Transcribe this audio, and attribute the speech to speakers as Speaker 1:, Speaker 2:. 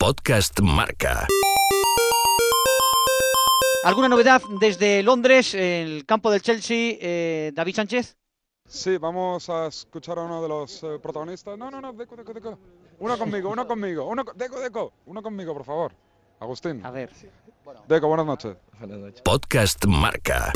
Speaker 1: Podcast Marca.
Speaker 2: ¿Alguna novedad desde Londres, el campo del Chelsea, eh, David Sánchez?
Speaker 3: Sí, vamos a escuchar a uno de los eh, protagonistas. No, no, no, Deco, Deco, Deco. Uno conmigo, uno conmigo, uno co- Deco, Deco. Uno conmigo, por favor. Agustín.
Speaker 2: A ver.
Speaker 3: Deco, buenas noches.
Speaker 1: Podcast Marca.